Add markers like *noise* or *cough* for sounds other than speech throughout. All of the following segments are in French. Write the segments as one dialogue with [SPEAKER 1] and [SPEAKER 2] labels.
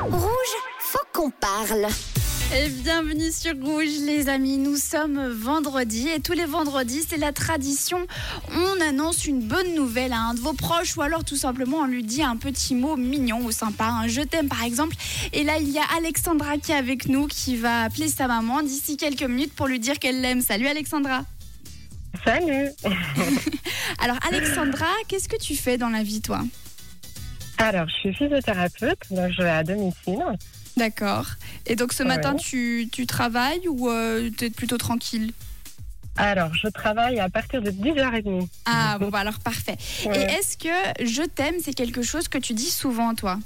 [SPEAKER 1] Rouge, faut qu'on parle.
[SPEAKER 2] Et bienvenue sur Rouge les amis, nous sommes vendredi et tous les vendredis c'est la tradition, on annonce une bonne nouvelle à un de vos proches ou alors tout simplement on lui dit un petit mot mignon ou sympa, un je t'aime par exemple. Et là il y a Alexandra qui est avec nous qui va appeler sa maman d'ici quelques minutes pour lui dire qu'elle l'aime. Salut Alexandra
[SPEAKER 3] Salut.
[SPEAKER 2] Alors Alexandra, qu'est-ce que tu fais dans la vie toi
[SPEAKER 3] Alors, je suis physiothérapeute, donc je vais à domicile.
[SPEAKER 2] D'accord. Et donc ce
[SPEAKER 3] Ouais.
[SPEAKER 2] matin tu, tu travailles ou euh, t'es plutôt tranquille
[SPEAKER 3] Alors, je travaille à partir de 10h30.
[SPEAKER 2] Ah bon bah alors parfait. Et
[SPEAKER 3] Ouais.
[SPEAKER 2] est-ce que je t'aime, c'est quelque chose que tu dis souvent, toi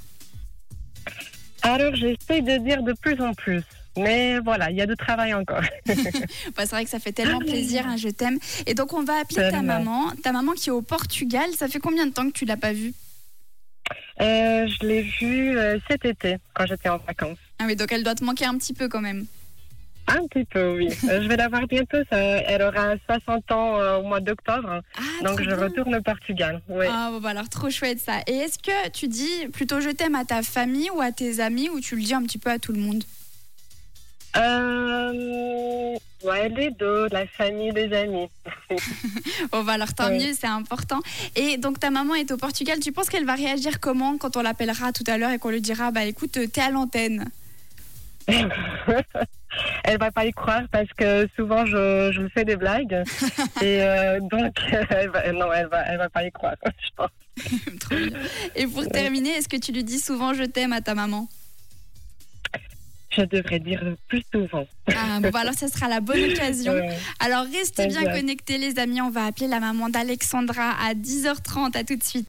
[SPEAKER 3] Alors, j'essaie de dire de plus en plus. Mais voilà, il y a du travail encore.
[SPEAKER 2] Bah, C'est vrai que ça fait tellement plaisir, hein, je t'aime. Et donc, on va appeler ta
[SPEAKER 3] Tellement.
[SPEAKER 2] maman. Ta maman qui est au Portugal, ça fait combien de temps que tu l'as pas vue
[SPEAKER 3] Euh, je l'ai vu euh, cet été, quand j'étais en vacances.
[SPEAKER 2] Ah oui, donc elle doit te manquer un petit peu quand même.
[SPEAKER 3] Un petit peu, oui. Euh, je vais la voir bientôt. ça- elle aura 60 ans euh, au mois d'octobre. hein.
[SPEAKER 2] Ah,
[SPEAKER 3] donc,
[SPEAKER 2] trop
[SPEAKER 3] je
[SPEAKER 2] bien.
[SPEAKER 3] retourne au Portugal. Oui.
[SPEAKER 2] Ah bon, bah, alors trop chouette ça. Et est-ce que tu dis plutôt je t'aime à ta famille ou à tes amis ou tu le dis un petit peu à tout le monde
[SPEAKER 3] Euh, ouais, les deux, la famille, les amis.
[SPEAKER 2] Bon bah alors tant
[SPEAKER 3] Ouais.
[SPEAKER 2] mieux, c'est important. Et donc ta maman est au Portugal, tu penses qu'elle va réagir comment quand on l'appellera tout à l'heure et qu'on lui dira bah écoute, euh, t'es à l'antenne
[SPEAKER 3] Elle va pas y croire parce que souvent je, je fais des blagues et euh, donc *laughs* elle va, non elle va elle va pas y croire. *laughs* je pense.
[SPEAKER 2] *laughs* Trop mignon. Et pour terminer, est-ce que tu lui dis souvent je t'aime à ta maman
[SPEAKER 3] Je devrais dire plus souvent.
[SPEAKER 2] Ah, bon, bah alors ça sera la bonne occasion.
[SPEAKER 3] Euh,
[SPEAKER 2] Alors restez bien
[SPEAKER 3] Exact.
[SPEAKER 2] connectés les amis, on va appeler la maman d'Alexandra à 10h30, à tout de suite.